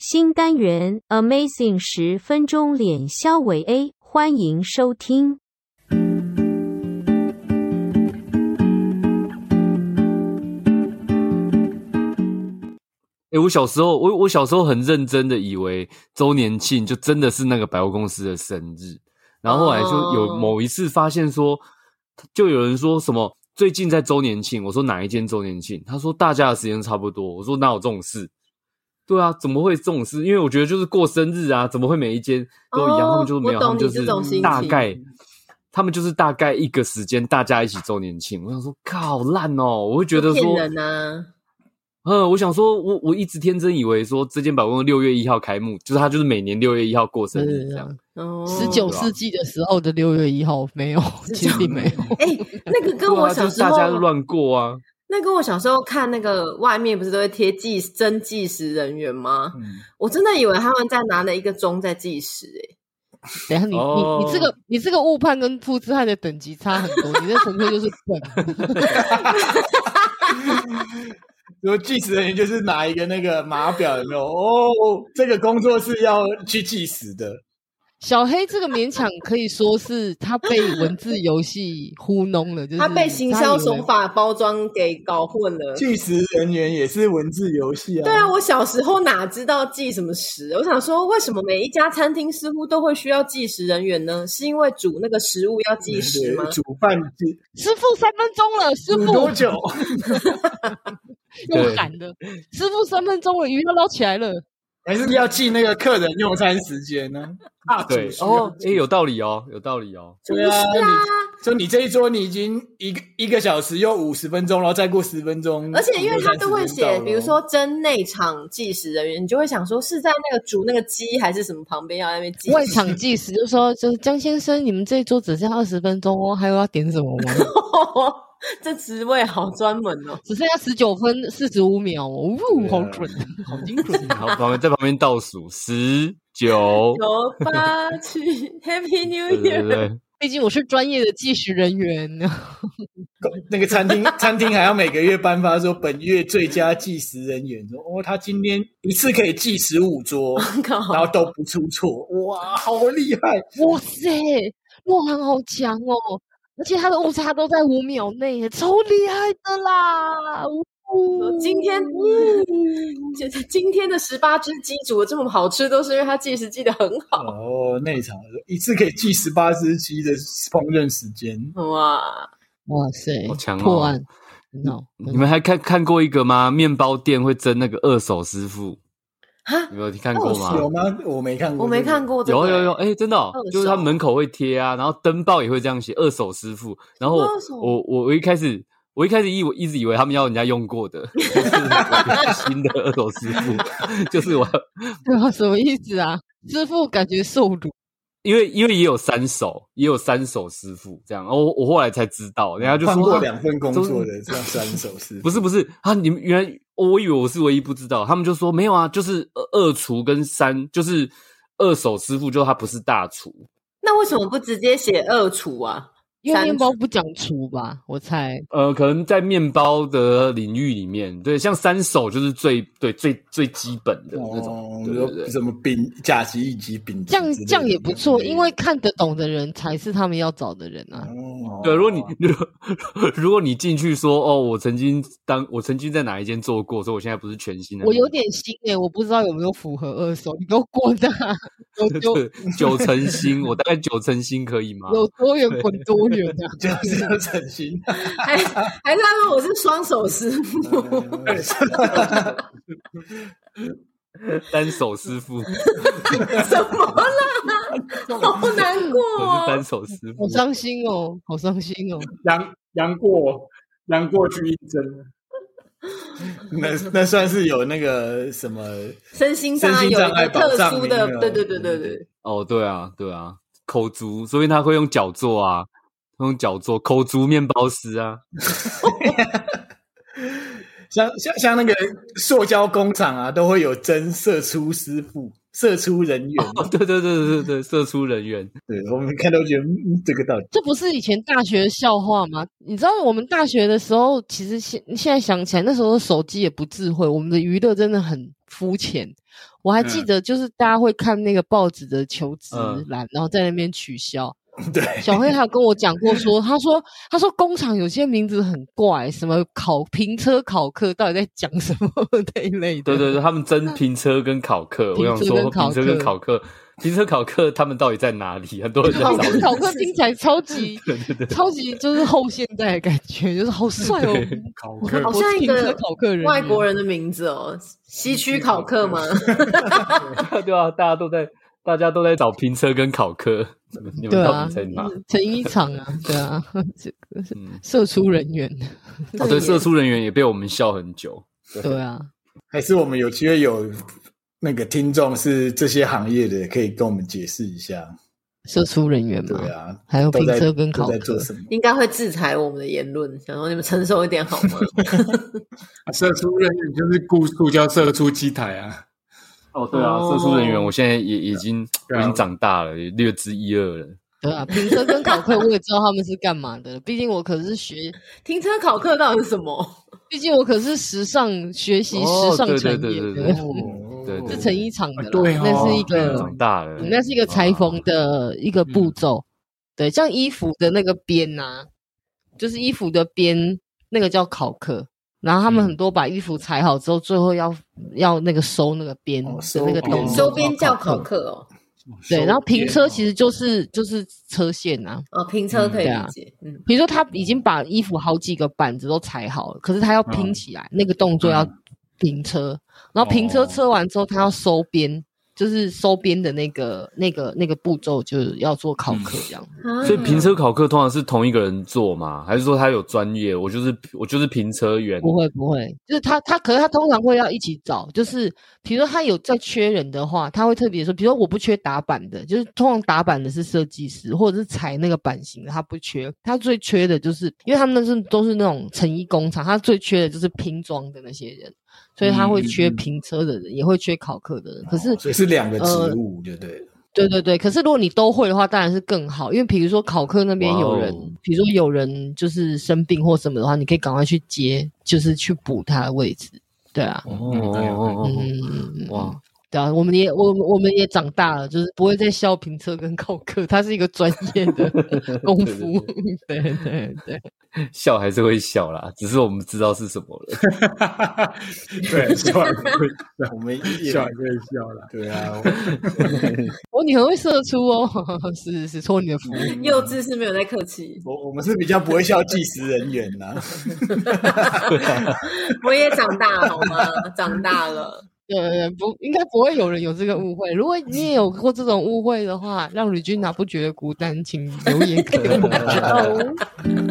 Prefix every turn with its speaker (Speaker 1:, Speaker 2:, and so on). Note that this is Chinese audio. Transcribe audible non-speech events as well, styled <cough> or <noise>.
Speaker 1: 新单元 Amazing 十分钟脸肖伟 A，欢迎收听。
Speaker 2: 哎、我小时候，我我小时候很认真的以为周年庆就真的是那个百货公司的生日，然后后来就有
Speaker 1: 哦
Speaker 2: 某一次发现说，就有人说什么最近在周年庆，我说哪一间周年庆？他说大家的时间差不多，我说哪有这种事？对啊，怎么会这种事？因为我觉得就是过生日啊，怎么会每一间都一样？
Speaker 3: 哦
Speaker 2: 他们就是没有，
Speaker 3: 我懂
Speaker 2: 他们就
Speaker 3: 你这种
Speaker 2: 是
Speaker 3: 心
Speaker 2: 大
Speaker 3: 情
Speaker 2: 概，他们就是大概一个时间大家一起周年庆。我想说，靠烂哦！我会觉得说，
Speaker 3: 骗人啊，
Speaker 2: 嗯，我想说，我我一直天真以为说这间百货公司六月一号开幕，就是它就是每年六月一号过生日这样。
Speaker 3: 哦，
Speaker 4: 十九
Speaker 2: 对啊
Speaker 4: 世纪的时候的六月一号没有，
Speaker 3: 19
Speaker 4: 肯定没有。
Speaker 3: 哎、那个跟我
Speaker 2: 对啊
Speaker 3: 小
Speaker 2: 就是
Speaker 3: 时候
Speaker 2: 大，家乱过啊。
Speaker 3: 那跟我小时候看那个外面不是都会贴计真计时人员吗？
Speaker 2: 嗯
Speaker 3: 我真的以为他们在拿了一个钟在计时、哎，
Speaker 4: 等一下你、
Speaker 2: 哦
Speaker 4: 你你这个你这个误判跟富士汉的等级差很多，你这纯粹就是笨。
Speaker 5: 然后计时人员就是拿一个那个码表，有没有？哦，这个工作是要去计时的。
Speaker 4: <laughs> 小黑这个勉强可以说是他被文字游戏糊弄了，就是
Speaker 3: 他被行销手
Speaker 4: 他
Speaker 3: 法包装给搞混了。
Speaker 5: 计时人员也是文字游戏啊。
Speaker 3: 对啊，我小时候哪知道计什么时？我想说，为什么每一家餐厅似乎都会需要计时人员呢？是因为煮那个食物要计时吗
Speaker 5: 对，？煮饭计
Speaker 4: 以为师傅三分钟了，师
Speaker 5: 煮多
Speaker 4: 傅
Speaker 5: 久？
Speaker 4: 用喊的，师傅三分钟了，鱼要捞起来了。
Speaker 5: 还是要记那个客人用餐时间呢？大主
Speaker 2: 对，
Speaker 5: 食
Speaker 2: 哦，哎、有道理哦，有道理
Speaker 3: <laughs>
Speaker 2: 哦。
Speaker 5: 对啊，你说你这一桌你已经一个一个小时又五十分钟，然后再过十分钟，
Speaker 2: 嗯
Speaker 3: 而且因为他都会
Speaker 5: 30分
Speaker 3: 写，
Speaker 5: 钟
Speaker 3: 比如说真内场计时人员，你就会想说是在那个煮那个鸡还是什么旁边要在那边计时。 <laughs>
Speaker 4: 外场计时就说，就是江先生，你们这一桌只剩下二十分钟哦，还有要点什么吗？ <laughs>
Speaker 3: 这职位好专门哦。，
Speaker 4: 只剩下十九分四十五秒哦，呜，
Speaker 5: 对啊
Speaker 4: 好准，好精准。
Speaker 2: 然后旁边在旁边倒数十九
Speaker 3: <laughs> 九八七，Happy
Speaker 2: 对 <laughs>
Speaker 3: New
Speaker 2: 对
Speaker 3: Year！
Speaker 2: 对，
Speaker 4: 毕竟我是专业的计时人员，
Speaker 5: 那个餐厅餐厅还要每个月颁发说本月最佳计时人员，说哦他今天一次可以计十五桌，
Speaker 3: 靠
Speaker 5: 然后都不出错，哇，好厉害！
Speaker 4: <laughs> 哇塞，洛涵好强哦，而且他的误差都在五秒内耶，超厉害的啦！呜
Speaker 3: 今天今今天的十八只鸡煮的这么好吃，都是因为它计时记得很好。
Speaker 5: 哦，内场一次可以计十八只鸡的烹饪时间，
Speaker 2: 嗯
Speaker 3: 哇，
Speaker 4: 哇塞
Speaker 2: 好，强哦
Speaker 4: 破案，哦很好，
Speaker 2: 你们还看看过一个吗？面包店会争那个二手师傅，
Speaker 3: 哈
Speaker 2: 你，们有看过吗？
Speaker 5: 有吗？我没看过，
Speaker 3: 我没看。过这个、欸
Speaker 2: 有有有，哎、真的、哦
Speaker 3: 二手，
Speaker 2: 就是他门口会贴啊，然后登报也会这样写“二手师傅”。然后我
Speaker 3: 二手
Speaker 2: 我我我一开始我一开始以为一直以为他们要人家用过的， <laughs> 就是我要新的二手师傅， <laughs> 就是我要
Speaker 4: 对啊， <laughs> 什么意思啊？师傅感觉受辱，
Speaker 2: 因为因为也有三手，也有三手师傅这样。然后我我后来才知道，人家就
Speaker 5: 换
Speaker 2: 说
Speaker 5: 过
Speaker 2: 啊
Speaker 5: 两份工
Speaker 2: 都
Speaker 5: 作的，这样三手是
Speaker 2: 不是不是啊，你们原来我以为我是唯一不知道，他们就说没有啊，就是二二厨跟三就是二手师傅，就他不是大厨。
Speaker 3: 那为什么不直接写二厨啊？ <laughs>
Speaker 4: 因为
Speaker 3: 删
Speaker 4: 面包不讲厨吧？我猜
Speaker 2: 呃，可能在面包的领域里面，对，像三手就是最对最最基本的那种，
Speaker 5: 哦，
Speaker 2: 对对对
Speaker 5: 什么饼甲级一级饼
Speaker 4: 这样
Speaker 5: 之类的
Speaker 4: 这样也不错，因为看得懂的人才是他们要找的人啊。
Speaker 5: 哦
Speaker 2: 对。如果你 <laughs> 如果如果你进去说哦，我曾经当我曾经在哪一间做过，所以我现在不是全新的，
Speaker 4: 我有点新诶、我不知道有没有符合二手，你给我滚啊！有多
Speaker 2: <laughs> 对九成
Speaker 4: <laughs>
Speaker 2: 新，我大概九成新可以吗？
Speaker 4: 有多远滚多远啊！
Speaker 5: 就是要整
Speaker 2: <laughs>
Speaker 5: 形，
Speaker 3: 还还是他说我是双手 <laughs> 师傅？
Speaker 2: 单手师
Speaker 4: <laughs>
Speaker 2: 傅，我
Speaker 3: 什么
Speaker 2: <laughs>
Speaker 3: 啦？好难过、
Speaker 2: 是单
Speaker 3: 哦。
Speaker 2: 手师
Speaker 4: 好
Speaker 2: <laughs> 傅，
Speaker 4: 伤心哦，好伤心哦！
Speaker 6: 杨杨过杨过去应征，
Speaker 5: <laughs> 那那算是有那个什么
Speaker 3: 身心障碍
Speaker 5: 身
Speaker 3: 有
Speaker 5: 心
Speaker 3: 一
Speaker 5: 障碍
Speaker 3: 个特殊
Speaker 5: 保障名
Speaker 3: 的，
Speaker 5: 额
Speaker 3: 对对对对对，
Speaker 2: 哦，对啊，对啊，口足，所以他会用脚做啊，用脚做口足面包师啊，
Speaker 5: 像像像那个塑胶工厂啊，都会有真射出师傅、射出人员。
Speaker 2: 哦，对对对对对对，射出人员。
Speaker 5: 对，我们看都觉得、嗯、这个到底
Speaker 4: 这不是以前大学的笑话吗？你知道我们大学的时候，其实现现在想起来，那时候手机也不智慧，我们的娱乐真的很肤浅。我还记
Speaker 6: 嗯
Speaker 4: 得，就是大家会看那个报纸的求职
Speaker 2: 嗯
Speaker 4: 栏，然后在那边取消。
Speaker 5: <laughs> 对，
Speaker 4: 小黑还有跟我讲过说，他说他说工厂有些名字很怪，什么考评车考课，到底在讲什么 <laughs> 那一类的。
Speaker 2: 对对对，他们争评车跟考课，我
Speaker 4: 评
Speaker 2: 想
Speaker 4: 车
Speaker 2: 说
Speaker 4: 跟考
Speaker 2: 评车跟
Speaker 4: 课
Speaker 2: 考课，评车考课他们到底在哪里？很多人在
Speaker 4: 考
Speaker 2: 找
Speaker 4: 科
Speaker 2: 你。
Speaker 4: 考科听起
Speaker 2: <laughs>
Speaker 4: 来超级
Speaker 2: 对对对，
Speaker 4: 超级就是后现代的感觉，就是好帅哦！
Speaker 2: 对
Speaker 6: 考
Speaker 4: 我
Speaker 6: 克
Speaker 4: 我
Speaker 3: 好像一
Speaker 4: 停车
Speaker 3: 个
Speaker 4: 考
Speaker 5: 嗯
Speaker 4: 客人，
Speaker 3: 外国人的名字哦，西区考克吗？
Speaker 5: 嗯
Speaker 2: 对啊，大家都在大家都在找评车跟考课，你
Speaker 4: 对
Speaker 2: 们到
Speaker 4: 啊
Speaker 2: 底在哪？，
Speaker 3: 嗯
Speaker 4: 成衣厂啊，对啊，这个是
Speaker 2: 嗯，
Speaker 4: 社畜人员，
Speaker 3: <laughs>
Speaker 5: 嗯
Speaker 2: 哦，对，社畜人员也被我们笑很久。
Speaker 4: 对啊，
Speaker 5: 还是我们有机会有那个听众是这些行业的，可以跟我们解释一下。
Speaker 4: 社畜人员
Speaker 5: 对
Speaker 4: 嘛，
Speaker 5: 啊，
Speaker 4: 还有
Speaker 5: 都
Speaker 4: 评
Speaker 5: 在
Speaker 4: 嗯车跟
Speaker 5: 都
Speaker 4: 考
Speaker 5: 在
Speaker 4: 科
Speaker 5: 做，什么？
Speaker 3: 应该会制裁我们的言论，想说你们成熟一点好
Speaker 5: <laughs>
Speaker 3: 吗？
Speaker 6: 社畜啊人员就是雇塑胶社畜机台啊，
Speaker 2: 哦，对啊，社畜人员，我现在也已经我
Speaker 6: 对啊
Speaker 2: 已经长大了，也略知一二了。
Speaker 4: 对啊，评车跟考科我也知道他们是干嘛的，毕竟我可是学，
Speaker 3: 停车考克到底是什么？
Speaker 4: 毕竟我可是时尚学习
Speaker 2: 哦
Speaker 4: 时尚
Speaker 2: 对
Speaker 4: 产
Speaker 2: 对
Speaker 4: 业
Speaker 2: 对对
Speaker 4: 的，嗯
Speaker 2: 对
Speaker 4: <laughs>
Speaker 2: 对
Speaker 4: 是成衣厂的啦
Speaker 6: 啊，对哦
Speaker 4: 那是一
Speaker 6: 对
Speaker 4: 个
Speaker 2: 长大了，
Speaker 4: 那是一个裁缝的一个步骤。对，像衣服的那个边呐、就是衣服的边那个叫考克。然后他们
Speaker 2: 嗯
Speaker 4: 很多把衣服裁好之后，最后要要那个收那个边
Speaker 5: 哦
Speaker 4: 的那个
Speaker 5: 收
Speaker 4: 动
Speaker 5: 边
Speaker 4: 作
Speaker 3: 周边叫考。
Speaker 4: 考
Speaker 3: 克哦，
Speaker 4: 对，然后评
Speaker 2: 哦
Speaker 4: 车其
Speaker 6: 实
Speaker 4: 实就是就是车线啊，
Speaker 3: 哦，停车可以
Speaker 4: 嗯对啊
Speaker 3: 理解，嗯，
Speaker 4: 比如说他已经把衣服好几个板子都裁好了，可是他要拼起来，那个动作要平车，然后平车
Speaker 6: 哦
Speaker 4: 车完之后，他要收边，就是收边的那个那个那个步骤，就是要做考课这样。
Speaker 3: 啊
Speaker 2: 所以评车考课通常是同一个人做吗？还是说他有专业？我就是我就是评车员，
Speaker 4: 不会不会，就是他他，可是他通常会要一起找，就是比如说他有在缺人的话，他会特别说，比如说我不缺打板的，就是通常打板的是设计师或者是裁那个版型的，他不缺，他最缺的就是，因为他们那是都是那种成衣工厂，他最缺的就是拼装的那些人，所以他会
Speaker 6: 嗯嗯
Speaker 4: 缺
Speaker 6: 嗯
Speaker 4: 评车的人，也会缺考课的人，可是呃
Speaker 5: 所以是两个职务，对不对了？
Speaker 4: 对对对，可是如果你都会的话，当然是更好，因为比如说考科那边有人
Speaker 2: 哇哦，
Speaker 4: 比、如说有人就是生病或什么的话，你可以赶快去接，就是去补他的位置。对啊，
Speaker 2: 哦哦哦哦，
Speaker 4: 嗯，
Speaker 2: 哇，
Speaker 4: 对啊，我们也我我们也长大了，就是不会再笑评车跟考科，他是一个专业的功夫。对对对，
Speaker 2: 笑还是会笑啦，只是我们知道是什么了。
Speaker 6: 对，笑还是会
Speaker 5: 我们也
Speaker 6: 笑还是会笑啦。
Speaker 5: 对啊，
Speaker 4: 哦，你很会射出哦，是是是，托你的福。
Speaker 3: 幼稚是没有在客气，
Speaker 5: <laughs> 我我们是比较不会笑计时人员呐、
Speaker 3: 我也长大了好吗？长大了，
Speaker 4: 对对对，不应该不会有人有这个误会。如果你也有过这种误会的话，让吕君娜不觉得孤单，请留言给我们知道哦。